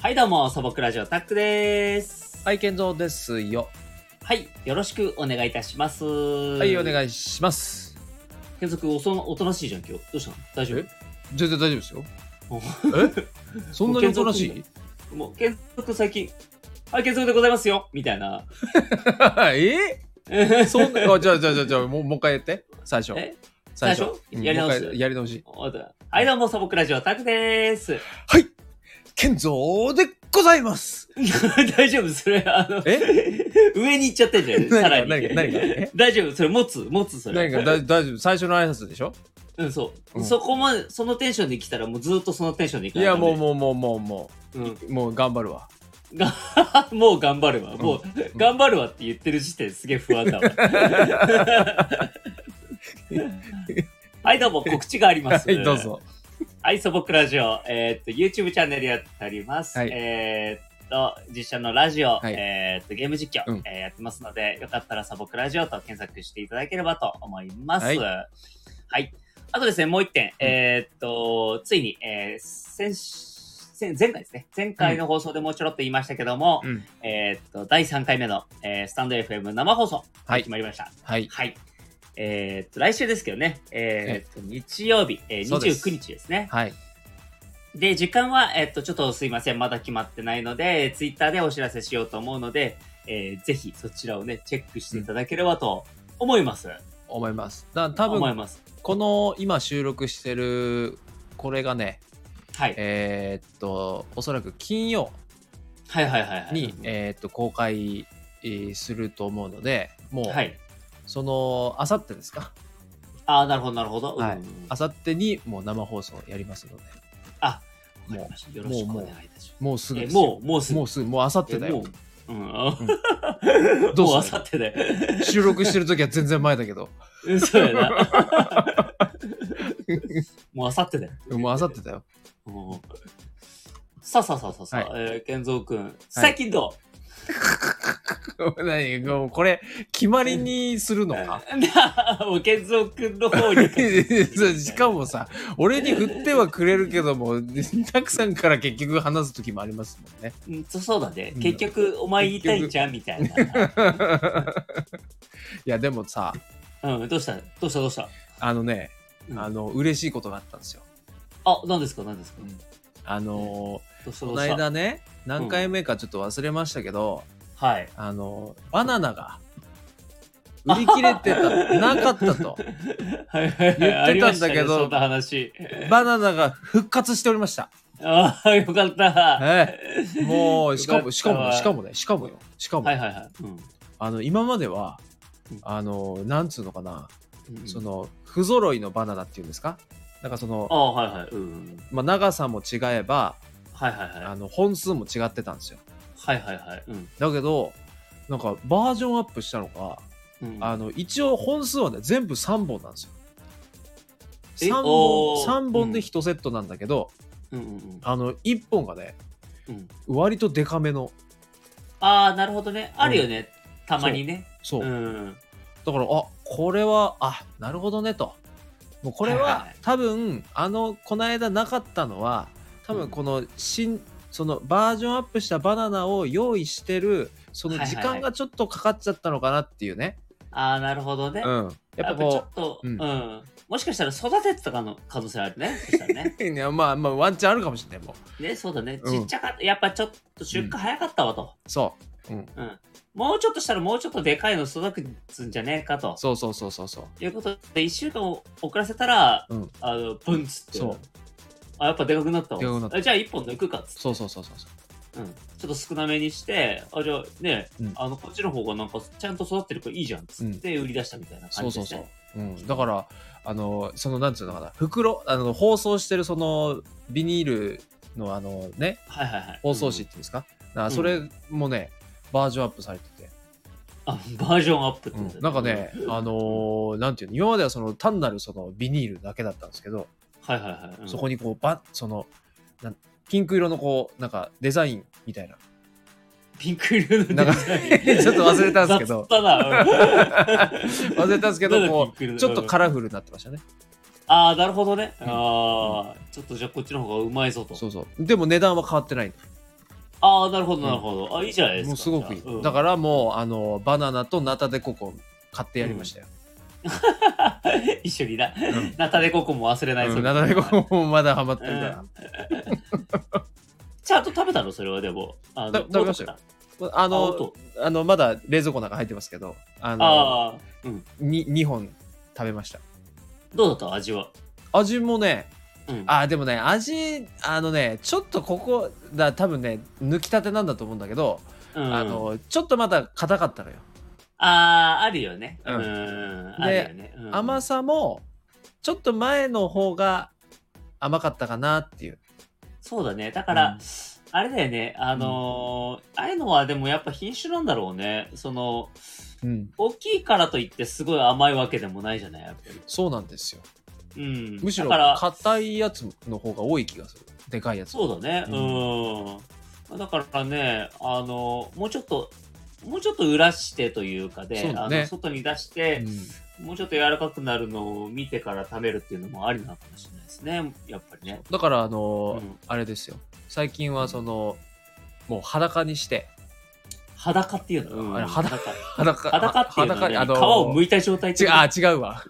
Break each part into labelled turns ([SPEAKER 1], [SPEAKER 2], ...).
[SPEAKER 1] はい、どうも、素朴ラジオタックです。
[SPEAKER 2] はい、健三ですよ。
[SPEAKER 1] はい、よろしくお願いいたします。は
[SPEAKER 2] はい、お
[SPEAKER 1] い。
[SPEAKER 2] 願いします。
[SPEAKER 1] ケンゾ君、おそおとなしいじゃん、今日。どうしたの大丈
[SPEAKER 2] 全然大丈夫ですよ
[SPEAKER 1] お。
[SPEAKER 2] えそんなにおとなしい
[SPEAKER 1] 夫もう、ケンゾ君最近、はい、ケンゾ君でございますよみたいな。
[SPEAKER 2] えそんな、あじゃあ、じゃあ、じゃあ、じゃあ、もうもう一回やって。最初
[SPEAKER 1] え。
[SPEAKER 2] 最初
[SPEAKER 1] 最。初やり直す
[SPEAKER 2] うんもう一回やり直し。
[SPEAKER 1] おとはい、どうも、素朴ラジオタックです。
[SPEAKER 2] はい、健三でございます。
[SPEAKER 1] 大丈夫それ、あの、上に行っちゃってんじゃん、
[SPEAKER 2] 何
[SPEAKER 1] さ
[SPEAKER 2] が
[SPEAKER 1] らに。
[SPEAKER 2] 何が何がえ
[SPEAKER 1] 大丈夫それ、持つ持つ、 それ。
[SPEAKER 2] 何かだ大丈夫最初の挨拶でしょ
[SPEAKER 1] うん、そう、
[SPEAKER 2] うん
[SPEAKER 1] そこまで、そのテンションで来たら、もうずっとそのテンションでいか
[SPEAKER 2] い
[SPEAKER 1] ない
[SPEAKER 2] や、
[SPEAKER 1] とね
[SPEAKER 2] もう、もう、もう、もう、も
[SPEAKER 1] うん
[SPEAKER 2] う、もう頑張るわ。
[SPEAKER 1] が もう頑張るわ。もう、
[SPEAKER 2] ん
[SPEAKER 1] 頑張るわって言ってる時点ですげえ不安だわ。 はい、どうも、告知があります。
[SPEAKER 2] はい、どう。ぞ。
[SPEAKER 1] はい、素朴ラジオ。えーっと、YouTube チャンネルやっております。
[SPEAKER 2] はい
[SPEAKER 1] えーっと、実写のラジオ、
[SPEAKER 2] はい
[SPEAKER 1] えーっと、ゲーム実況、
[SPEAKER 2] うん
[SPEAKER 1] えーやってますので、よかったら素朴ラジオと検索していただければと思います。は。
[SPEAKER 2] はいい
[SPEAKER 1] あとですね、もう一点、えーっと、ついに、えー先先前回ですね。前回の放送でもうちょろっと言いましたけども、
[SPEAKER 2] うん。
[SPEAKER 1] えーっと、第3回目の、えースタンド FM 生放送、
[SPEAKER 2] はい
[SPEAKER 1] 決まりました。
[SPEAKER 2] はい。
[SPEAKER 1] はい。えーっと、来週ですけどね、えーっと、日曜日、えー
[SPEAKER 2] そうです
[SPEAKER 1] 29日ですね。
[SPEAKER 2] はい。
[SPEAKER 1] で時間は、えーっと、ちょっとすいません、まだ決まってないので、ツイッターでお知らせしようと思うので、えーぜひそちらをね、チェックしていただければと思います。
[SPEAKER 2] 思います。だ多
[SPEAKER 1] 思い
[SPEAKER 2] 分
[SPEAKER 1] ます。
[SPEAKER 2] この今収録してる、これがね、
[SPEAKER 1] はい。
[SPEAKER 2] えーっと、おそらく金曜
[SPEAKER 1] はいはいはいはい。
[SPEAKER 2] に、えーっと、公開えーすると思うので、もう、
[SPEAKER 1] はい。
[SPEAKER 2] その、あさってですか
[SPEAKER 1] ああ、なるほど、なるほど。
[SPEAKER 2] はい
[SPEAKER 1] うん
[SPEAKER 2] あさってに、もう生放送やりますので、
[SPEAKER 1] あ、わ
[SPEAKER 2] もう
[SPEAKER 1] かりました。よろしくお願いいたし
[SPEAKER 2] もうす
[SPEAKER 1] ます。
[SPEAKER 2] ぐ
[SPEAKER 1] え
[SPEAKER 2] ですよ
[SPEAKER 1] もう、もうすぐ
[SPEAKER 2] もうすぐ、もうあさってだよ。
[SPEAKER 1] えもう、うん。
[SPEAKER 2] ど うする
[SPEAKER 1] もうあさってだよ。
[SPEAKER 2] 収録してる時は全然前だけど、
[SPEAKER 1] うんそうやな。もうあさってだよ。
[SPEAKER 2] もうあさってだよ。
[SPEAKER 1] もうさあさあさあさあさあ、えー、健三君、最近ど
[SPEAKER 2] 何もうこれ、決まりにする
[SPEAKER 1] う、
[SPEAKER 2] のか。
[SPEAKER 1] もう健三君の方に
[SPEAKER 2] しかもさ、俺に振ってはくれるけども、 たくさんから結局話す時もありますもんね。
[SPEAKER 1] うんそそうだね
[SPEAKER 2] う。ん
[SPEAKER 1] 結局、お前言いたいんじゃんみたいな。
[SPEAKER 2] いや、でもさ、
[SPEAKER 1] うん、どうしたどうしたどうした
[SPEAKER 2] あのね、
[SPEAKER 1] うん
[SPEAKER 2] あの、嬉しいことがあったんですよ。
[SPEAKER 1] あ、何ですか何ですか
[SPEAKER 2] うんあの
[SPEAKER 1] どうした
[SPEAKER 2] ー、
[SPEAKER 1] どう
[SPEAKER 2] この
[SPEAKER 1] した
[SPEAKER 2] 間ね、何回目かちょっと忘れましたけど、
[SPEAKER 1] はい。
[SPEAKER 2] あのー、バナナが売り切れてた、なかっ たと。
[SPEAKER 1] はいはいはい。
[SPEAKER 2] 言ってたんだけど
[SPEAKER 1] ありましたねそんな話。
[SPEAKER 2] バナナが復活しておりました。
[SPEAKER 1] ああ、よかった。
[SPEAKER 2] ええ もう、しか
[SPEAKER 1] よ
[SPEAKER 2] も、しか
[SPEAKER 1] った
[SPEAKER 2] も、
[SPEAKER 1] わ
[SPEAKER 2] しかもね、しかもよ、しかも、
[SPEAKER 1] はいはいはい。うん
[SPEAKER 2] あの、今までは
[SPEAKER 1] うん、
[SPEAKER 2] あのー、なんつうのかな、
[SPEAKER 1] うん
[SPEAKER 2] その、不揃いのバナナっていうんですかなんかその
[SPEAKER 1] あ、あ、はいはい。うん。
[SPEAKER 2] まあ、長さも違えば、
[SPEAKER 1] はいはいはい。
[SPEAKER 2] あの、本数も違ってたんですよ。
[SPEAKER 1] はいはいはい。うん。
[SPEAKER 2] だけど、なんかバージョンアップしたのか、
[SPEAKER 1] うん、
[SPEAKER 2] あの一応本数はね全部3本なんですよ。
[SPEAKER 1] え
[SPEAKER 2] 3
[SPEAKER 1] おー
[SPEAKER 2] 本三本で
[SPEAKER 1] うん
[SPEAKER 2] 1セットなんだけど、
[SPEAKER 1] うんうんうん
[SPEAKER 2] あの1本がね
[SPEAKER 1] うん
[SPEAKER 2] 割とデカめの
[SPEAKER 1] ああ、なるほどね。あるよね。たまにね。
[SPEAKER 2] そうう、
[SPEAKER 1] ん。
[SPEAKER 2] だからあこれはあなるほどねともうこれは、
[SPEAKER 1] はいはいはい
[SPEAKER 2] 多分あのこの間なかったのは多
[SPEAKER 1] うん
[SPEAKER 2] 分この新、そのバージョンアップしたバナナを用意してるその
[SPEAKER 1] はいはい
[SPEAKER 2] 時
[SPEAKER 1] はい
[SPEAKER 2] 間がちょっとかかっちゃったのかなっていうね、
[SPEAKER 1] ああ、なるほどね。
[SPEAKER 2] うん
[SPEAKER 1] や
[SPEAKER 2] や
[SPEAKER 1] っ
[SPEAKER 2] っぱ
[SPEAKER 1] ぱちょ
[SPEAKER 2] こ
[SPEAKER 1] っと、う
[SPEAKER 2] うんん。
[SPEAKER 1] もしかしたら育ててたかの可能性あるね。そしたらね。
[SPEAKER 2] ういやまあまあワンチャンあるかもしれないも
[SPEAKER 1] ね、そうだね。
[SPEAKER 2] う
[SPEAKER 1] ち
[SPEAKER 2] ん
[SPEAKER 1] っちゃかった。やっぱちょっと出荷早かったわと。
[SPEAKER 2] うそう
[SPEAKER 1] うん。もうちょっとしたらもうちょっとでかいの育つんじゃねえかと。
[SPEAKER 2] そうそうそうそうそう
[SPEAKER 1] いうことで、1週間遅らせたら、
[SPEAKER 2] うん
[SPEAKER 1] あの、ブンっつって。
[SPEAKER 2] そう。
[SPEAKER 1] あ、やっぱでかくなったわ。
[SPEAKER 2] でかくなった
[SPEAKER 1] あじゃあ1本抜くかっつって。
[SPEAKER 2] そうそうそうそうそう
[SPEAKER 1] うん、ちょっと少なめにして、あ、じゃあね、
[SPEAKER 2] うん
[SPEAKER 1] あの、こっちの方がなんかちゃんと育ってるからいいじゃんっつって売り出したみたいな
[SPEAKER 2] そ
[SPEAKER 1] 感
[SPEAKER 2] う
[SPEAKER 1] じ
[SPEAKER 2] そ
[SPEAKER 1] で
[SPEAKER 2] う
[SPEAKER 1] す
[SPEAKER 2] そ
[SPEAKER 1] ね
[SPEAKER 2] う。、うん、だからあのそのなんつうのかな袋あの包装してるそのビニールのあのね
[SPEAKER 1] はいはいはい。
[SPEAKER 2] 包装紙っていうんですか,、だからそれもねバージョンアップされてて、
[SPEAKER 1] あ、バージョンアップって
[SPEAKER 2] う
[SPEAKER 1] こ
[SPEAKER 2] ん
[SPEAKER 1] とだ
[SPEAKER 2] なんかね、あのーなんていうの今まではその単なるそのビニールだけだったんですけど、
[SPEAKER 1] はいはいはい。うん
[SPEAKER 2] そこにこうバそのなんピンク色のこうなんかデザインみたいな
[SPEAKER 1] ピンク色のデザイン。
[SPEAKER 2] なんか ちょっと忘れたんですけど
[SPEAKER 1] 雑だな。
[SPEAKER 2] 忘れたんですけどこうちょっとカ
[SPEAKER 1] ら。
[SPEAKER 2] ラフルになってましたね、
[SPEAKER 1] ああ、なるほどね。
[SPEAKER 2] ん
[SPEAKER 1] ああ、ちょっとじゃあこっちの方がうまいぞと。
[SPEAKER 2] そうそうでも値段は変わってない
[SPEAKER 1] ああ、なるほど、なるほど。あ、いいじゃないですか。
[SPEAKER 2] もうすごくいい、
[SPEAKER 1] じゃあうん
[SPEAKER 2] だからもうあのバナナとナタデココ買ってやりましたよ、
[SPEAKER 1] 一緒にな、
[SPEAKER 2] ん
[SPEAKER 1] ナタデココも忘れない、
[SPEAKER 2] う
[SPEAKER 1] そ
[SPEAKER 2] ん、
[SPEAKER 1] れ
[SPEAKER 2] ナタデココもまだハマってるから、
[SPEAKER 1] ちゃんと食べたのそれはでも。あの
[SPEAKER 2] た食べましたよ。あ
[SPEAKER 1] あ
[SPEAKER 2] の
[SPEAKER 1] の
[SPEAKER 2] あのまだ冷蔵庫の中入ってますけどあの
[SPEAKER 1] ああ、うん。
[SPEAKER 2] に2本食べました
[SPEAKER 1] どうだった味は。
[SPEAKER 2] 味もね
[SPEAKER 1] うん。
[SPEAKER 2] あでもね味あのねちょっとここだ多分ね抜きたてなんだと思うんだけど、
[SPEAKER 1] うん
[SPEAKER 2] あのちょっとまだ硬かったのよ、
[SPEAKER 1] あーあるよね。
[SPEAKER 2] う
[SPEAKER 1] うんん。あるよね。うん
[SPEAKER 2] 甘さもちょっと前の方が甘かったかなっていう
[SPEAKER 1] そうだね。だから、
[SPEAKER 2] うん
[SPEAKER 1] あれだよね。あのーああいうのはでもやっぱ品種なんだろうね。その、
[SPEAKER 2] うん
[SPEAKER 1] 大きいからといってすごい甘いわけでもないじゃないやっぱり。
[SPEAKER 2] そうなんですよ
[SPEAKER 1] うん。
[SPEAKER 2] むしろ
[SPEAKER 1] だから、
[SPEAKER 2] 硬いやつの方が多い気がするでかいやつ
[SPEAKER 1] そうだね。
[SPEAKER 2] う
[SPEAKER 1] うん。だからね、あの、もうちょっと、もうちょっと裏してというかで、
[SPEAKER 2] そうだ
[SPEAKER 1] あ
[SPEAKER 2] ね
[SPEAKER 1] の外に出して、
[SPEAKER 2] うん
[SPEAKER 1] もうちょっと柔らかくなるのを見てから食べるっていうのもありなのかもしれないですね。やっぱりね。
[SPEAKER 2] だからあのー
[SPEAKER 1] うん
[SPEAKER 2] あれですよ最近はそのもう裸にして
[SPEAKER 1] 裸っていうの、うん
[SPEAKER 2] あれ裸
[SPEAKER 1] 裸
[SPEAKER 2] 裸
[SPEAKER 1] 裸っていうのは、ね、
[SPEAKER 2] あのー
[SPEAKER 1] 皮を剥いた状態って
[SPEAKER 2] 違
[SPEAKER 1] いうう
[SPEAKER 2] あ違 うわ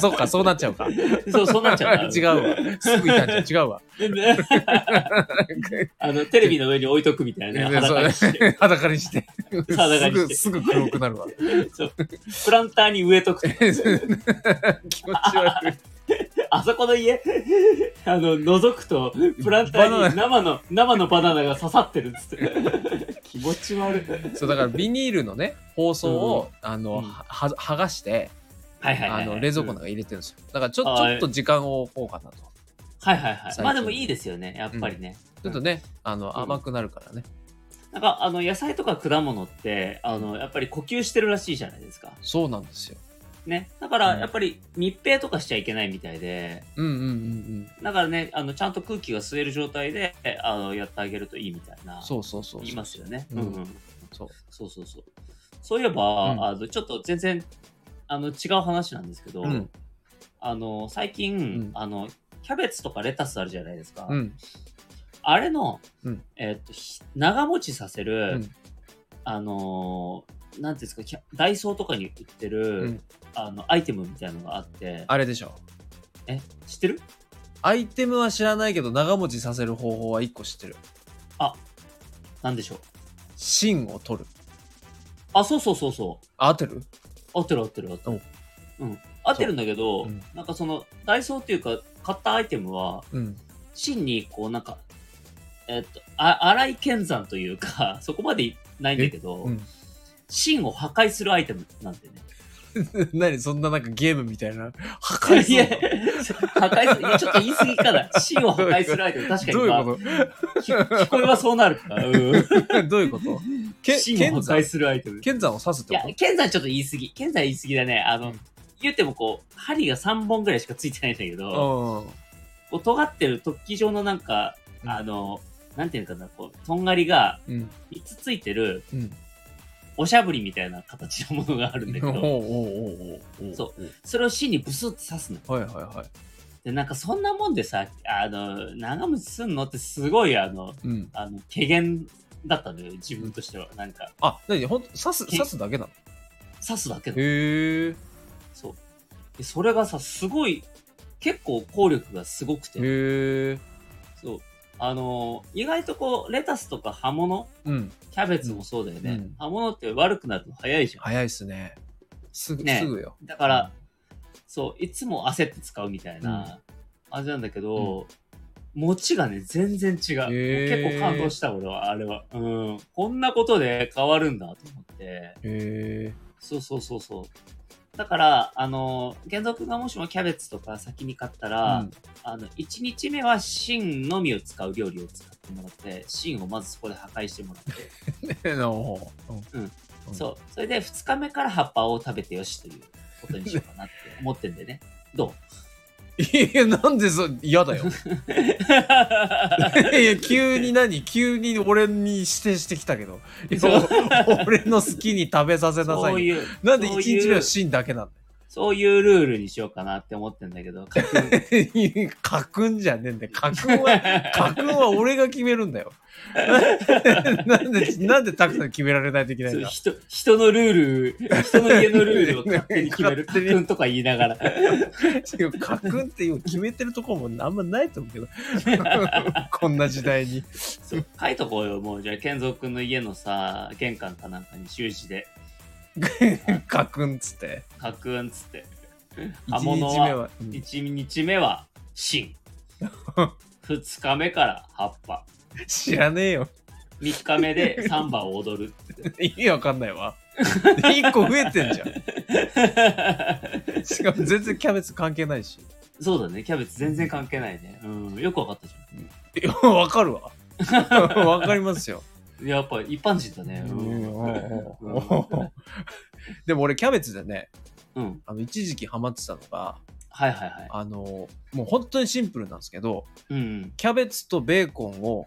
[SPEAKER 2] そっかそうなっちゃうか
[SPEAKER 1] そう、そうなっちゃうんだ
[SPEAKER 2] 違うわすぐいたんじゃん違うわ
[SPEAKER 1] あの、テレビの上に置いとくみたいなね。裸にして
[SPEAKER 2] 裸にして
[SPEAKER 1] 裸に
[SPEAKER 2] す
[SPEAKER 1] して
[SPEAKER 2] ぐすぐ黒く なるわ
[SPEAKER 1] そうプランターに植えとくと。
[SPEAKER 2] 気持ち悪い
[SPEAKER 1] あそこの家、あの、覗くと、プランターに生の、生のバナナが刺さってるっつって。 気持ち悪い。
[SPEAKER 2] そうだからビニールのね包装を、あの、
[SPEAKER 1] うん
[SPEAKER 2] はは剥がして、
[SPEAKER 1] はいはいはいはい。
[SPEAKER 2] あの冷蔵庫の中に入れてるんですよだからちょ
[SPEAKER 1] あー
[SPEAKER 2] ちょっと時間を置こうかなと
[SPEAKER 1] はいはいは
[SPEAKER 2] 最
[SPEAKER 1] い。
[SPEAKER 2] 近
[SPEAKER 1] まあでもいいですよね、やっぱりね。
[SPEAKER 2] ちょっとねあの
[SPEAKER 1] ん
[SPEAKER 2] 甘くなるからね、
[SPEAKER 1] なんか、あの、野菜とか果物って、あの、やっぱり呼吸してるらしいじゃないですか。
[SPEAKER 2] そうなんですよ
[SPEAKER 1] ね。だか
[SPEAKER 2] う
[SPEAKER 1] ら、
[SPEAKER 2] ん
[SPEAKER 1] やっぱり密閉とかしちゃいけないみたいで、
[SPEAKER 2] うんうんうんうん
[SPEAKER 1] だからね、あの、ちゃんと空気が吸える状態で、あの、やってあげるといいみたいな。
[SPEAKER 2] そうそうそうそう
[SPEAKER 1] 言いますよね。
[SPEAKER 2] うん
[SPEAKER 1] うんうん
[SPEAKER 2] そう
[SPEAKER 1] そうそうそう。そういえば、
[SPEAKER 2] うん
[SPEAKER 1] あのちょっと全然あの違う話なんですけど、
[SPEAKER 2] うん
[SPEAKER 1] あの最近、
[SPEAKER 2] ん
[SPEAKER 1] あのキャベツとかレタスあるじゃないですか。
[SPEAKER 2] うん
[SPEAKER 1] あれの、
[SPEAKER 2] うん
[SPEAKER 1] えっとひ長持ちさせる、
[SPEAKER 2] うん
[SPEAKER 1] あのーなんていうんですかキャダイソーとかに売ってる、
[SPEAKER 2] うん
[SPEAKER 1] あのアイテムみたいなのがあって
[SPEAKER 2] あれでしょ
[SPEAKER 1] え知ってる
[SPEAKER 2] アイテムは知らないけど長持ちさせる方法は1個知ってる
[SPEAKER 1] なんでしょう
[SPEAKER 2] 芯を取る
[SPEAKER 1] あそうそうそうそう
[SPEAKER 2] あ合ってる
[SPEAKER 1] 合ってる合ってる合ってる。うん、合ってるんだけど、
[SPEAKER 2] うん
[SPEAKER 1] なんかそのダイソーっていうか買ったアイテムは
[SPEAKER 2] うん
[SPEAKER 1] 真にこうなんか、えっと、あ荒い剣山というかそこまでいないんだけど、
[SPEAKER 2] うん
[SPEAKER 1] 真を破壊するアイテムなんでね。
[SPEAKER 2] 何そんななんかゲームみたいな破壊す
[SPEAKER 1] いや
[SPEAKER 2] る
[SPEAKER 1] 破壊するいやちょっと言い過ぎか な。真を破壊するアイテム、確か
[SPEAKER 2] の
[SPEAKER 1] に、
[SPEAKER 2] どう
[SPEAKER 1] まあ、
[SPEAKER 2] いう
[SPEAKER 1] 聞聞こえはそうな るから。うん
[SPEAKER 2] こと どういうことけ
[SPEAKER 1] 真
[SPEAKER 2] 剣
[SPEAKER 1] を破壊
[SPEAKER 2] 山
[SPEAKER 1] するアイテム。い
[SPEAKER 2] 剣山を刺すって
[SPEAKER 1] や
[SPEAKER 2] こ、
[SPEAKER 1] 剣山ちょっと言い過ぎ。剣山言い過ぎだね。あの、
[SPEAKER 2] うん
[SPEAKER 1] 言ってもこう、針が3本ぐらいしかついてないんだけど、
[SPEAKER 2] と
[SPEAKER 1] こう尖ってる突起状のなんか、
[SPEAKER 2] うん
[SPEAKER 1] あの、なんていうのかな、こう、とんがりが
[SPEAKER 2] うんうん
[SPEAKER 1] 3つついてる、
[SPEAKER 2] うん
[SPEAKER 1] おしゃぶりみたいな形のものがあるんだけ
[SPEAKER 2] おう
[SPEAKER 1] ど、
[SPEAKER 2] おうおうおうおう
[SPEAKER 1] そそれを芯にブスって刺すの。
[SPEAKER 2] はいはいはい
[SPEAKER 1] で、なんかそんなもんでさ、あの、長持ちすんのってすごい、あの、
[SPEAKER 2] うん、
[SPEAKER 1] あの、軽減だったのよ、自分としては。なんか、
[SPEAKER 2] あ、なに、ほんと、刺す、刺すだけなの
[SPEAKER 1] 刺すだけの。
[SPEAKER 2] へえ。
[SPEAKER 1] そう。で、それがさ、すごい、結構効力がすごくて、
[SPEAKER 2] へえ。
[SPEAKER 1] そう。あの、意外とこう、レタスとか葉物、
[SPEAKER 2] うん。
[SPEAKER 1] キャベツもそうだよね。
[SPEAKER 2] うん
[SPEAKER 1] 葉物って悪くなるの早いじゃん。
[SPEAKER 2] 早いっすね。すぐ、
[SPEAKER 1] ね
[SPEAKER 2] すぐよ。
[SPEAKER 1] だから、そう、いつも焦って使うみたいな味なんだけど、餅がね、全然違う。もう
[SPEAKER 2] へー
[SPEAKER 1] 結構感動した、俺は、あれは。うん。こんなことで変わるんだと思って。
[SPEAKER 2] へえ。
[SPEAKER 1] そうそうそうそう。だから、あの、玄三君がもしもキャベツとか先に買ったら、
[SPEAKER 2] うん
[SPEAKER 1] あの、1日目は芯のみを使う料理を使ってもらって、芯をまずそこで破壊してもらって、
[SPEAKER 2] ねのうんうん
[SPEAKER 1] そう。それで2日目から葉っぱを食べてよしということにしようかなって思ってんでね。 どう
[SPEAKER 2] いや、なんでそ、嫌だよ。 いや、急に何急に俺に指定してきたけど。いや
[SPEAKER 1] そう
[SPEAKER 2] 俺の好きに食べさせなさ
[SPEAKER 1] そう
[SPEAKER 2] いよ。
[SPEAKER 1] いう。
[SPEAKER 2] なんで
[SPEAKER 1] そういう
[SPEAKER 2] 一日目は芯だけなんだよ
[SPEAKER 1] そういうルールにしようかなって思ってんだけど、家訓
[SPEAKER 2] 書くんじゃねえんだよ。書く んは、書くんは俺が決めるんだよ。 なんで、なんでたくさん決められないといけな い
[SPEAKER 1] そ
[SPEAKER 2] ん
[SPEAKER 1] う
[SPEAKER 2] だ
[SPEAKER 1] 人人のルール、人の家のルールを勝手に決める家
[SPEAKER 2] 勝手に
[SPEAKER 1] 訓とか言いながら。
[SPEAKER 2] 書くんっていう決めてるとこもあんまないと思うけど。 こんな時代に。
[SPEAKER 1] そう書いとこうよ、もう。じゃあ、健三君の家のさ、玄関かなんかに習字で、
[SPEAKER 2] 書くんっつって。
[SPEAKER 1] 家訓っつって。
[SPEAKER 2] 一
[SPEAKER 1] 刃物は
[SPEAKER 2] 日目は。うん
[SPEAKER 1] 1日目は 芯。2日目から葉っぱ。
[SPEAKER 2] 知らねえよ。
[SPEAKER 1] 3日目 でサンバを踊る。
[SPEAKER 2] 意味わかんないわ。一個増えてんじゃん。しかも全然キャベツ関係ないし。
[SPEAKER 1] そうだね、キャベツ全然関係ないね。うん、よくわかったじ
[SPEAKER 2] いやわかるわ。わかりますよ。
[SPEAKER 1] ゃん。やっぱ一般人だね。う
[SPEAKER 2] うん
[SPEAKER 1] ん。
[SPEAKER 2] うんでも俺キャベツでね
[SPEAKER 1] うん。
[SPEAKER 2] あの一時期ハマってたのが
[SPEAKER 1] はいはいはい。
[SPEAKER 2] あのもう本当にシンプルなんですけど
[SPEAKER 1] うん
[SPEAKER 2] キャベツとベーコンを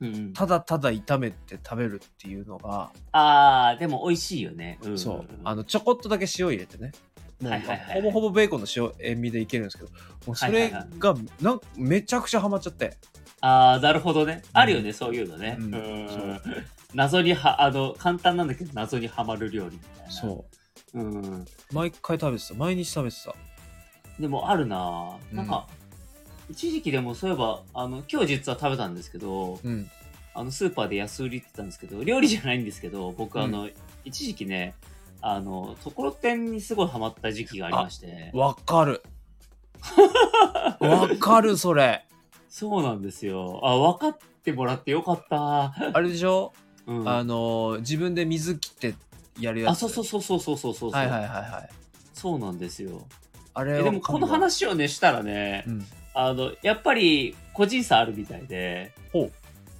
[SPEAKER 1] うん。うんうん、
[SPEAKER 2] ただただ炒めて食べるっていうのが、
[SPEAKER 1] あー、でも美味しいよね。うん、
[SPEAKER 2] そうあのちょこっとだけ塩入れてねもう
[SPEAKER 1] はいはいはい
[SPEAKER 2] ほぼほぼベーコンの塩塩味でいけるんですけどもうそ
[SPEAKER 1] は
[SPEAKER 2] れ
[SPEAKER 1] いはいは
[SPEAKER 2] がなんめちゃくちゃハマっちゃって
[SPEAKER 1] あー、なるほどね。あるよね、そういうのね。う
[SPEAKER 2] うんん
[SPEAKER 1] うん謎には、あの、簡単なんだけど、謎にはまる料理みたいな。。
[SPEAKER 2] そう
[SPEAKER 1] うん。
[SPEAKER 2] う毎回食べてた毎日食べてた
[SPEAKER 1] でもあるなぁ
[SPEAKER 2] うん
[SPEAKER 1] なんか、一時期でもそういえば、あの、今日実は食べたんですけど、
[SPEAKER 2] うん
[SPEAKER 1] あの、スーパーで安売りって言ったんですけど、料理じゃないんですけど、僕、
[SPEAKER 2] うん
[SPEAKER 1] あの、一時期ね、あの、ところてんにすごいハマった時期がありまして、
[SPEAKER 2] わ かるわかるそれ
[SPEAKER 1] そうなんですよ。あ、分かってもらってよかった。
[SPEAKER 2] あれでしょ
[SPEAKER 1] うん。
[SPEAKER 2] あ
[SPEAKER 1] あ、
[SPEAKER 2] のー自分で水切ってやるやつ
[SPEAKER 1] そうそうそうそうそうそうそう。
[SPEAKER 2] はいはいはいはい
[SPEAKER 1] そうなんですよ。
[SPEAKER 2] あ
[SPEAKER 1] え
[SPEAKER 2] れ
[SPEAKER 1] でも、この話をね、したらね、
[SPEAKER 2] うん
[SPEAKER 1] あの、やっぱり個人差あるみたいで、
[SPEAKER 2] ほ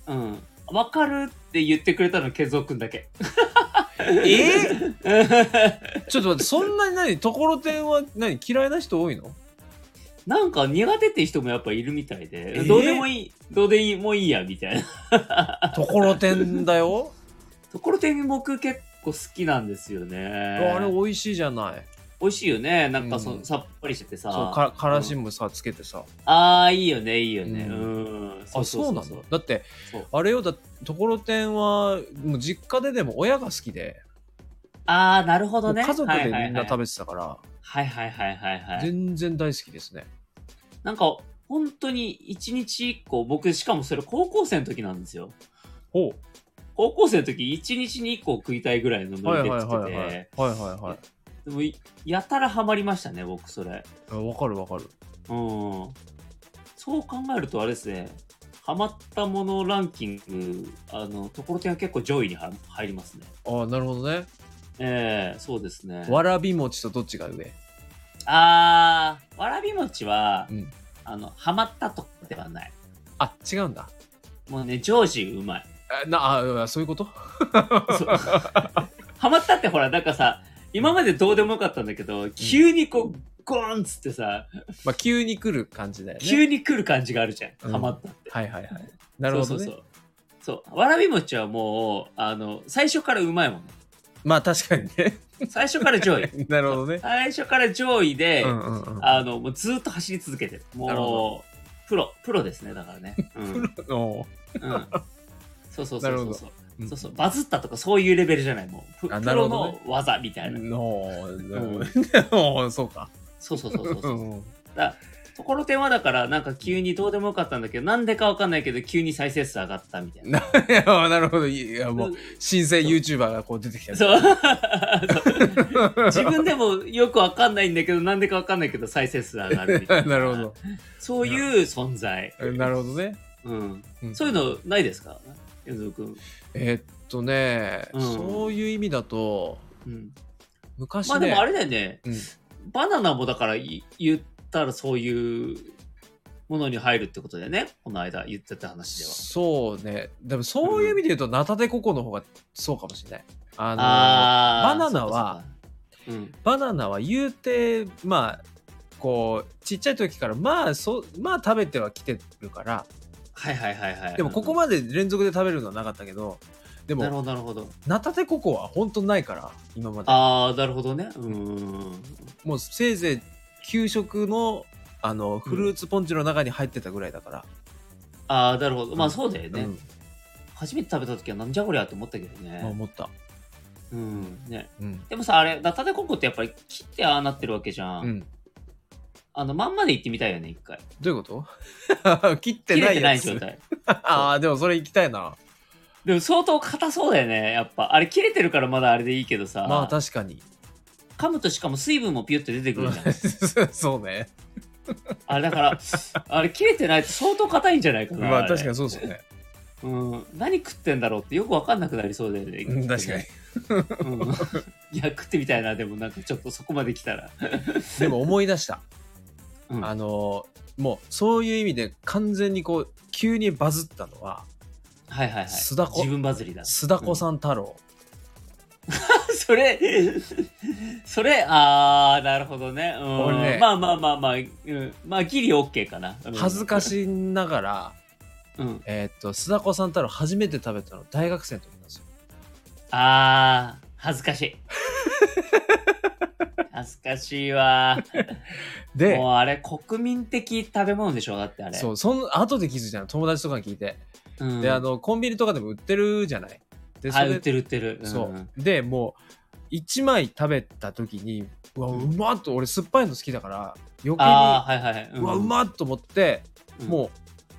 [SPEAKER 1] う。ん。わかるって言ってくれたの、ケンゾウくんだけ。
[SPEAKER 2] え ちょっと待ってそんなに何ところてんは何嫌いな人多いの
[SPEAKER 1] なんか苦手って人もやっぱいるみたいで、
[SPEAKER 2] え
[SPEAKER 1] どうでもいい、どうでいいもういいや、みたいな。
[SPEAKER 2] ところてんだ よ
[SPEAKER 1] ところてん僕結構好きなんですよね。
[SPEAKER 2] あ
[SPEAKER 1] あ
[SPEAKER 2] れ美味しいじゃない
[SPEAKER 1] 美味しいよね。なんかそ、
[SPEAKER 2] うん
[SPEAKER 1] さっぱりしててさ。
[SPEAKER 2] そうかからしもさつけてさ
[SPEAKER 1] ああ、いいよね、いいよね。う。
[SPEAKER 2] うんあそうなのだって
[SPEAKER 1] そう
[SPEAKER 2] あれよだところてんはもう実家ででも親が好きで、
[SPEAKER 1] ああ、なるほ
[SPEAKER 2] も
[SPEAKER 1] ど
[SPEAKER 2] う
[SPEAKER 1] ね。
[SPEAKER 2] 家族でみんな食
[SPEAKER 1] べ
[SPEAKER 2] べてたから、
[SPEAKER 1] はいはいはいはいはいはい。
[SPEAKER 2] 全然大好きですね
[SPEAKER 1] なんか、本当に一日一個、僕、しかもそれ高校生の時なんですよ。
[SPEAKER 2] ほ
[SPEAKER 1] 高校生の時、一日に一個食いたいぐらいの
[SPEAKER 2] うは
[SPEAKER 1] ノ
[SPEAKER 2] い
[SPEAKER 1] リ
[SPEAKER 2] は
[SPEAKER 1] で
[SPEAKER 2] い
[SPEAKER 1] 作っ
[SPEAKER 2] は
[SPEAKER 1] て
[SPEAKER 2] い
[SPEAKER 1] て、
[SPEAKER 2] はいはいはいはい
[SPEAKER 1] でもい、やたらハマりましたね、僕、それ。
[SPEAKER 2] あわかるわかる
[SPEAKER 1] うん。そう考えると、あれですね、ハマったものランキング、あの、ところてんは結構上位には入りますね。
[SPEAKER 2] ああなるほどね
[SPEAKER 1] ええそうですね。
[SPEAKER 2] わらび餅とどっちが上
[SPEAKER 1] あー、わらび餅は、
[SPEAKER 2] うん
[SPEAKER 1] あの、ハマったとかではない。
[SPEAKER 2] あ違うんだ
[SPEAKER 1] もうね、常時うまい。
[SPEAKER 2] あなあうんそういうこと
[SPEAKER 1] そう ハマったってほら、なんかさ、今までどうでもよかったんだけど、急にこう、ゴーンっつってさ、
[SPEAKER 2] まあ急に来る感じだよね
[SPEAKER 1] 急に来る感じがあるじゃ。
[SPEAKER 2] うんん
[SPEAKER 1] ハマったって。
[SPEAKER 2] はいはいはいなるほど
[SPEAKER 1] そうそう
[SPEAKER 2] ね
[SPEAKER 1] そう。そう。わらび餅はもう、あの、最初からうまいもんね。
[SPEAKER 2] まあ確かにね
[SPEAKER 1] 最初から上位。
[SPEAKER 2] なるほどね
[SPEAKER 1] 最初から上位で、
[SPEAKER 2] うんうんうん
[SPEAKER 1] あの、もうずっと走り続けてる。
[SPEAKER 2] なるほ
[SPEAKER 1] もう、プロ、プロですね、だからね。うん。うん。
[SPEAKER 2] お
[SPEAKER 1] そうそうそ
[SPEAKER 2] なるほ
[SPEAKER 1] う
[SPEAKER 2] ど
[SPEAKER 1] そう。
[SPEAKER 2] ー
[SPEAKER 1] そうそう、バズったとかそういうレベルじゃない、もう。プ
[SPEAKER 2] あ
[SPEAKER 1] プ
[SPEAKER 2] な
[SPEAKER 1] ロ
[SPEAKER 2] るほどね
[SPEAKER 1] の技みたいな。
[SPEAKER 2] の
[SPEAKER 1] ん
[SPEAKER 2] のそうか
[SPEAKER 1] そうそうそうそうそうう。
[SPEAKER 2] んうん
[SPEAKER 1] ところてんはだから、なんか急にどうでもよかったんだけど、なんでかわかんないけど、急に再生数上がったみたいな。
[SPEAKER 2] いやなるほどいやもう新生 YouTuber がこう出てきた ね
[SPEAKER 1] そう。自分でもよくわかんないんだけど、なんでかわかんないけど、再生数上がるみたいな。
[SPEAKER 2] なるほど。
[SPEAKER 1] そういう存在。
[SPEAKER 2] なるほどね
[SPEAKER 1] うん。
[SPEAKER 2] うん
[SPEAKER 1] そういうのないですかゆずくん。
[SPEAKER 2] えーっとね
[SPEAKER 1] うん
[SPEAKER 2] そういう意味だと
[SPEAKER 1] うん。
[SPEAKER 2] 昔
[SPEAKER 1] まあで
[SPEAKER 2] ね
[SPEAKER 1] もあれだよね。
[SPEAKER 2] うん
[SPEAKER 1] バナナもだからい言ったらそういうものに入るってことだよね。この間言ってた話では。
[SPEAKER 2] そうねでもそういう意味で言うとナタデココの方がそうかもしれないあの
[SPEAKER 1] あー
[SPEAKER 2] バナナは、
[SPEAKER 1] そうかそうかうん。
[SPEAKER 2] バナナは言うてまあこうちっちゃい時からまあそまあ食べてはきてるから
[SPEAKER 1] はいはいはいはい。
[SPEAKER 2] でもここまで連続で食べるのはなかったけどで
[SPEAKER 1] なる
[SPEAKER 2] も
[SPEAKER 1] ほど、なるほど。
[SPEAKER 2] ナタデココは本当ないから今まで
[SPEAKER 1] ああ、なるほどね。うーん。
[SPEAKER 2] もうせいぜい給食のあのフルーツポンチの中に入ってたぐらいだから、
[SPEAKER 1] ああ、なるほど。まあそうだよ
[SPEAKER 2] う
[SPEAKER 1] ね。
[SPEAKER 2] ん
[SPEAKER 1] 初めて食べた時はなんじゃこりゃって思ったけど
[SPEAKER 2] まあ、
[SPEAKER 1] ね。
[SPEAKER 2] 思った、
[SPEAKER 1] うん。ね。
[SPEAKER 2] うん
[SPEAKER 1] でもさ、あれ、ナタデココってやっぱり切ってああなってるわけじゃん。
[SPEAKER 2] うん、
[SPEAKER 1] あの、まんまで行ってみたいよね、一回。
[SPEAKER 2] どういうこと 切って
[SPEAKER 1] 切
[SPEAKER 2] な
[SPEAKER 1] れ
[SPEAKER 2] い
[SPEAKER 1] て
[SPEAKER 2] や
[SPEAKER 1] ない
[SPEAKER 2] つ
[SPEAKER 1] 状態。
[SPEAKER 2] ああでもそれ行きたいな
[SPEAKER 1] でも相当硬そうだよね、やっぱ。あれ切れてるからまだあれでいいけどさ。
[SPEAKER 2] まあ確かに
[SPEAKER 1] 噛むとしかも水分もピュって出てくるじゃん。
[SPEAKER 2] そうね
[SPEAKER 1] あれだから、あれ切れてないと相当硬いんじゃないかな。
[SPEAKER 2] ま
[SPEAKER 1] れ
[SPEAKER 2] あ確かにそうですよね
[SPEAKER 1] うん、何食ってんだろうってよく分かんなくなりそうだよね。
[SPEAKER 2] うん確かに
[SPEAKER 1] に。うん、いや、食ってみたいな、でもなんかちょっとそこまで来たら。
[SPEAKER 2] でも思い出した
[SPEAKER 1] うん、
[SPEAKER 2] あ
[SPEAKER 1] は
[SPEAKER 2] のーもうそういう意味で完全にこう急にバズったのはい
[SPEAKER 1] はいはい。
[SPEAKER 2] 酢だこ
[SPEAKER 1] 自分バズりだ。
[SPEAKER 2] 須田子さん太郎、
[SPEAKER 1] それ、それ、あー、なるほどね。うん
[SPEAKER 2] 俺ね
[SPEAKER 1] まあまあまあまあ、うん、まあ、ギリ OK かな。うん
[SPEAKER 2] 恥ずかしながら、
[SPEAKER 1] うん。
[SPEAKER 2] えーっと須田子さん太郎初めて食べたの大学生の時なんですよ
[SPEAKER 1] あー、恥ずかし い。恥ずかしいわ。
[SPEAKER 2] で
[SPEAKER 1] もうあれ、国民的食べ物でしょだってあれ。
[SPEAKER 2] そうその後で気づいたの友達とかに聞いて、
[SPEAKER 1] うん。
[SPEAKER 2] であのコンビニとかでも売ってるじゃないで
[SPEAKER 1] あ、売ってる売ってる。
[SPEAKER 2] そ
[SPEAKER 1] ん
[SPEAKER 2] うでもう1枚食べた時にうわうまっと俺酸っぱいの好きだから余計に
[SPEAKER 1] ああ、はいはいはい。
[SPEAKER 2] うわうまっと思って、
[SPEAKER 1] うん
[SPEAKER 2] もう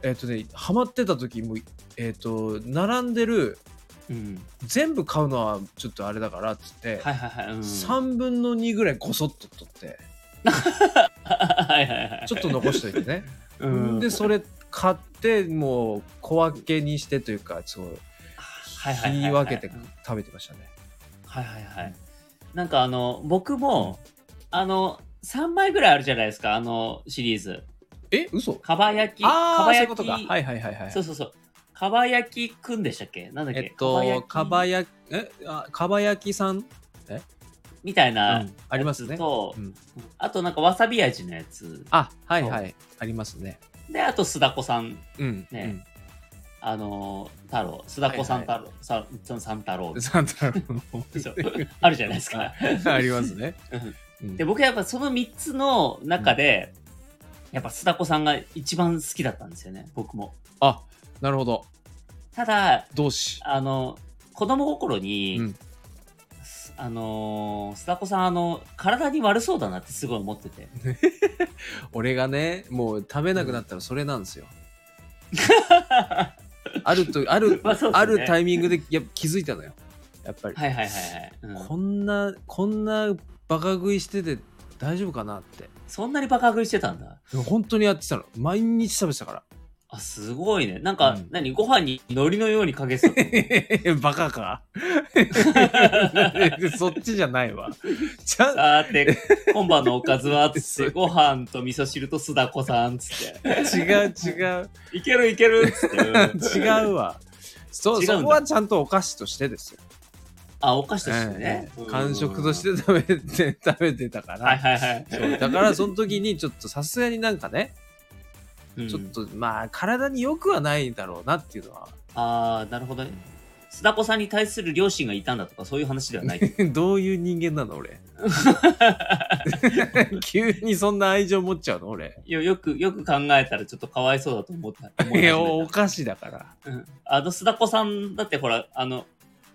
[SPEAKER 2] えっ、とねハマってた時もうえっ、と並んでる
[SPEAKER 1] うん。
[SPEAKER 2] 全部買うのはちょっとあれだからっつって、
[SPEAKER 1] はいはい はい。うん、
[SPEAKER 2] 3分の2ぐらいこそっと取って
[SPEAKER 1] はいはい はい。
[SPEAKER 2] ちょっと残しといてね、
[SPEAKER 1] うん、
[SPEAKER 2] でそれ買ってもう小分けにしてというかそう
[SPEAKER 1] はいはいはい
[SPEAKER 2] 切り分けて
[SPEAKER 1] うん
[SPEAKER 2] 食べてましたね
[SPEAKER 1] はいはいはい。なんかあの、僕も、あの、3枚ぐらいあるじゃないですか、あのシリーズ。
[SPEAKER 2] え嘘
[SPEAKER 1] かば焼き。
[SPEAKER 2] あ
[SPEAKER 1] ば
[SPEAKER 2] あそういう
[SPEAKER 1] 焼
[SPEAKER 2] こ
[SPEAKER 1] き
[SPEAKER 2] とかはいはいはいはい
[SPEAKER 1] そうそうそう。かば焼きくんでしたっけなんだっけ
[SPEAKER 2] えっとかば
[SPEAKER 1] き
[SPEAKER 2] 焼きえあかば焼きさん、
[SPEAKER 1] みたいな、
[SPEAKER 2] うんありますね、
[SPEAKER 1] と、
[SPEAKER 2] うん、
[SPEAKER 1] あとなんかわさび味のやつ。
[SPEAKER 2] あはいはいありますね
[SPEAKER 1] で、あと須田子さん
[SPEAKER 2] うん
[SPEAKER 1] ねあのー、太郎、須田子さん太郎、さんさん太郎
[SPEAKER 2] うん、サンタの
[SPEAKER 1] そうあるじゃないですか。
[SPEAKER 2] ありますね
[SPEAKER 1] うん、
[SPEAKER 2] うん
[SPEAKER 1] で、僕やっぱその3つの中で、やっぱ須田子さんが一番好きだったんですよね、僕も。
[SPEAKER 2] あなるほど
[SPEAKER 1] ただ、
[SPEAKER 2] 同志
[SPEAKER 1] あの、子供心に、
[SPEAKER 2] うん
[SPEAKER 1] すあのー、須田子さん、あの、体に悪そうだなってすごい思ってて。
[SPEAKER 2] 俺がねもう食べなくなったらそれなんですよ、あるとある、
[SPEAKER 1] まあそうですね
[SPEAKER 2] あるタイミングでやっぱ気づいたのよやっぱり、
[SPEAKER 1] はいはいはいはい、うん
[SPEAKER 2] こんなこんなバカ食いしてて大丈夫かなって
[SPEAKER 1] そんなにバカ食いしてたんだ。
[SPEAKER 2] でも本当にやってたの毎日食べてたから
[SPEAKER 1] あ、すごいね。なんか、
[SPEAKER 2] うん
[SPEAKER 1] 何ご飯に海苔のようにかけてたってこと
[SPEAKER 2] バカか そっちじゃないわ。ちゃん
[SPEAKER 1] さ ーて、今晩のおかずはつって、ご飯と味噌汁と酢だこさんつって、
[SPEAKER 2] 違う違 う
[SPEAKER 1] いけるいけるつって、うん
[SPEAKER 2] 違うわ。そ
[SPEAKER 1] 違うんだ
[SPEAKER 2] そこはちゃんとお菓子としてですよ。
[SPEAKER 1] あ、お菓子としてね。
[SPEAKER 2] え
[SPEAKER 1] う
[SPEAKER 2] え
[SPEAKER 1] ん
[SPEAKER 2] 完食として食べて食べてたから、
[SPEAKER 1] はいはいはい。
[SPEAKER 2] そうだからその時にちょっとさすがになんかね、
[SPEAKER 1] うん
[SPEAKER 2] ちょっとまあ体に良くはないだろうなっていうのは
[SPEAKER 1] あー、なるほどね。須田子さんに対する両親がいたんだとか、そういう話では ない。
[SPEAKER 2] どういう人間なの 俺急にそんな愛情持っちゃうの俺
[SPEAKER 1] よよく、よく考えたらちょっとかわいそうだと思った。思
[SPEAKER 2] い
[SPEAKER 1] い始
[SPEAKER 2] やお
[SPEAKER 1] め
[SPEAKER 2] 菓子だから
[SPEAKER 1] たうんあの、須田子さん、だってほら、あの、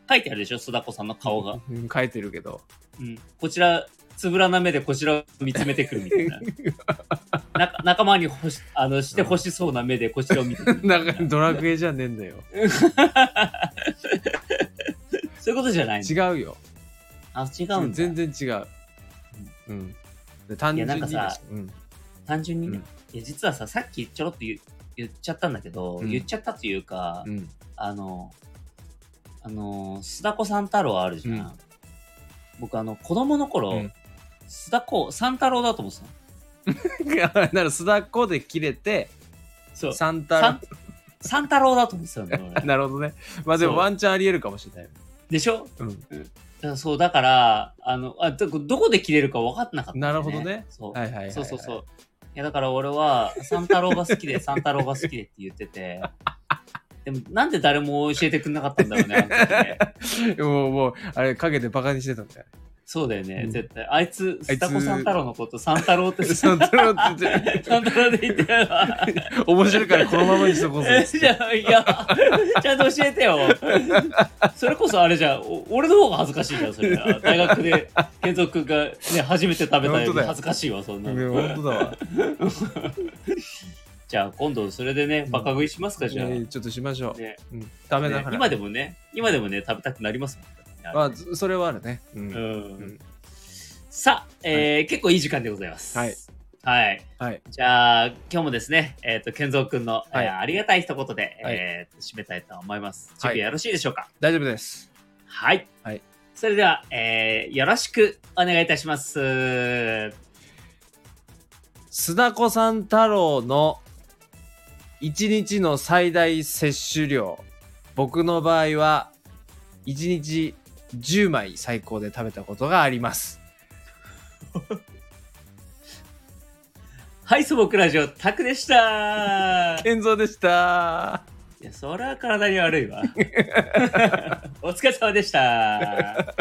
[SPEAKER 1] 書いてあるでしょ、須田子さんの顔が。
[SPEAKER 2] うん書いてるけど
[SPEAKER 1] うん、こちら、つぶらな目でこちらを見つめてくるみたい な。なか仲間にほしあのしてほしそうな目でこちらを見てくるみた
[SPEAKER 2] ないん
[SPEAKER 1] な。
[SPEAKER 2] かドラクエじゃねえんだよ
[SPEAKER 1] そういうことじゃないの
[SPEAKER 2] 違うよ
[SPEAKER 1] あ、違うんだ。
[SPEAKER 2] 全然違ううんで単純に
[SPEAKER 1] いやなんかさ
[SPEAKER 2] うん
[SPEAKER 1] 単純にね、
[SPEAKER 2] うん
[SPEAKER 1] いや、実はさ、さっきちょろっと言う言っちゃったんだけど、
[SPEAKER 2] うん
[SPEAKER 1] 言っちゃったというか、
[SPEAKER 2] うん
[SPEAKER 1] あの、あの、須田子三太郎あるじゃん。
[SPEAKER 2] うん
[SPEAKER 1] 僕、あの、子供の頃、
[SPEAKER 2] うん
[SPEAKER 1] 須田子三太郎だと思ってたの。
[SPEAKER 2] だから須田子で切れて
[SPEAKER 1] そう。
[SPEAKER 2] サンタ
[SPEAKER 1] 三三太郎だと思ってたんだよ、俺
[SPEAKER 2] なるほどねまあでも
[SPEAKER 1] そう
[SPEAKER 2] ワンチャンありえるかもしれない
[SPEAKER 1] でしょ
[SPEAKER 2] うん
[SPEAKER 1] だからそう、だから、あの、あどどこで切れるか分かんなかったんだよ、
[SPEAKER 2] なるほどね
[SPEAKER 1] そう。
[SPEAKER 2] はいはいはいはい
[SPEAKER 1] そうそうそう。 いやだから俺は、三太郎が好きで、三太郎が好きでって言ってて、でも、なんで誰も教えてくれなかったんだろうね。あの時ね
[SPEAKER 2] もう、もう、あれ、陰でバカにしてたん だよ。
[SPEAKER 1] そうだよね、
[SPEAKER 2] うん
[SPEAKER 1] 絶対。あいつ、
[SPEAKER 2] あ
[SPEAKER 1] ス
[SPEAKER 2] いつ
[SPEAKER 1] タコ三太郎のこと、三太郎って
[SPEAKER 2] そ
[SPEAKER 1] 三
[SPEAKER 2] うだろうって
[SPEAKER 1] 太郎で言ってたよ。
[SPEAKER 2] 面白いからこのままにしとこうぜ
[SPEAKER 1] え
[SPEAKER 2] っつ
[SPEAKER 1] じ
[SPEAKER 2] って。
[SPEAKER 1] ゃ あ、いや、ちゃんと教えてよ。それこそあれじゃん、お俺の方が恥ずかしいじゃん、それ。大学で、健三君がね、初めて食べた
[SPEAKER 2] 本
[SPEAKER 1] よ
[SPEAKER 2] 当
[SPEAKER 1] り
[SPEAKER 2] だよ
[SPEAKER 1] 恥ずかしいわ、そんな
[SPEAKER 2] ね
[SPEAKER 1] の。
[SPEAKER 2] 本当だわ。
[SPEAKER 1] じゃあ、今度それでね、バカ食いしますか、じゃあ。
[SPEAKER 2] えーちょっとしましょう。
[SPEAKER 1] ね
[SPEAKER 2] うんダメだか
[SPEAKER 1] ね
[SPEAKER 2] ら。
[SPEAKER 1] 今でもね、今でもね、食べたくなりますもんね
[SPEAKER 2] まあ、ずそれはあるね。うん
[SPEAKER 1] う
[SPEAKER 2] うん
[SPEAKER 1] ん。さあ、えー結構いい時間でございます。
[SPEAKER 2] はい。
[SPEAKER 1] はい。
[SPEAKER 2] はい。
[SPEAKER 1] じゃあ、今日もですね、えっ、と、健三君の、
[SPEAKER 2] はい
[SPEAKER 1] えーありがたい一言で、
[SPEAKER 2] はい
[SPEAKER 1] えー締めたいと思います。準
[SPEAKER 2] はい
[SPEAKER 1] 備よろしいでしょうか
[SPEAKER 2] 大丈夫です。
[SPEAKER 1] はい。
[SPEAKER 2] はい
[SPEAKER 1] それでは、えーよろしくお願いいたします。
[SPEAKER 2] 須田子さん太郎の1日の最大摂取量。僕の場合は、1日10枚最高で食べたことがあります。
[SPEAKER 1] はい、素朴ラジオ、タクで した。
[SPEAKER 2] 健三でした。
[SPEAKER 1] いや、 それは体に悪いわ。お疲れ様でした。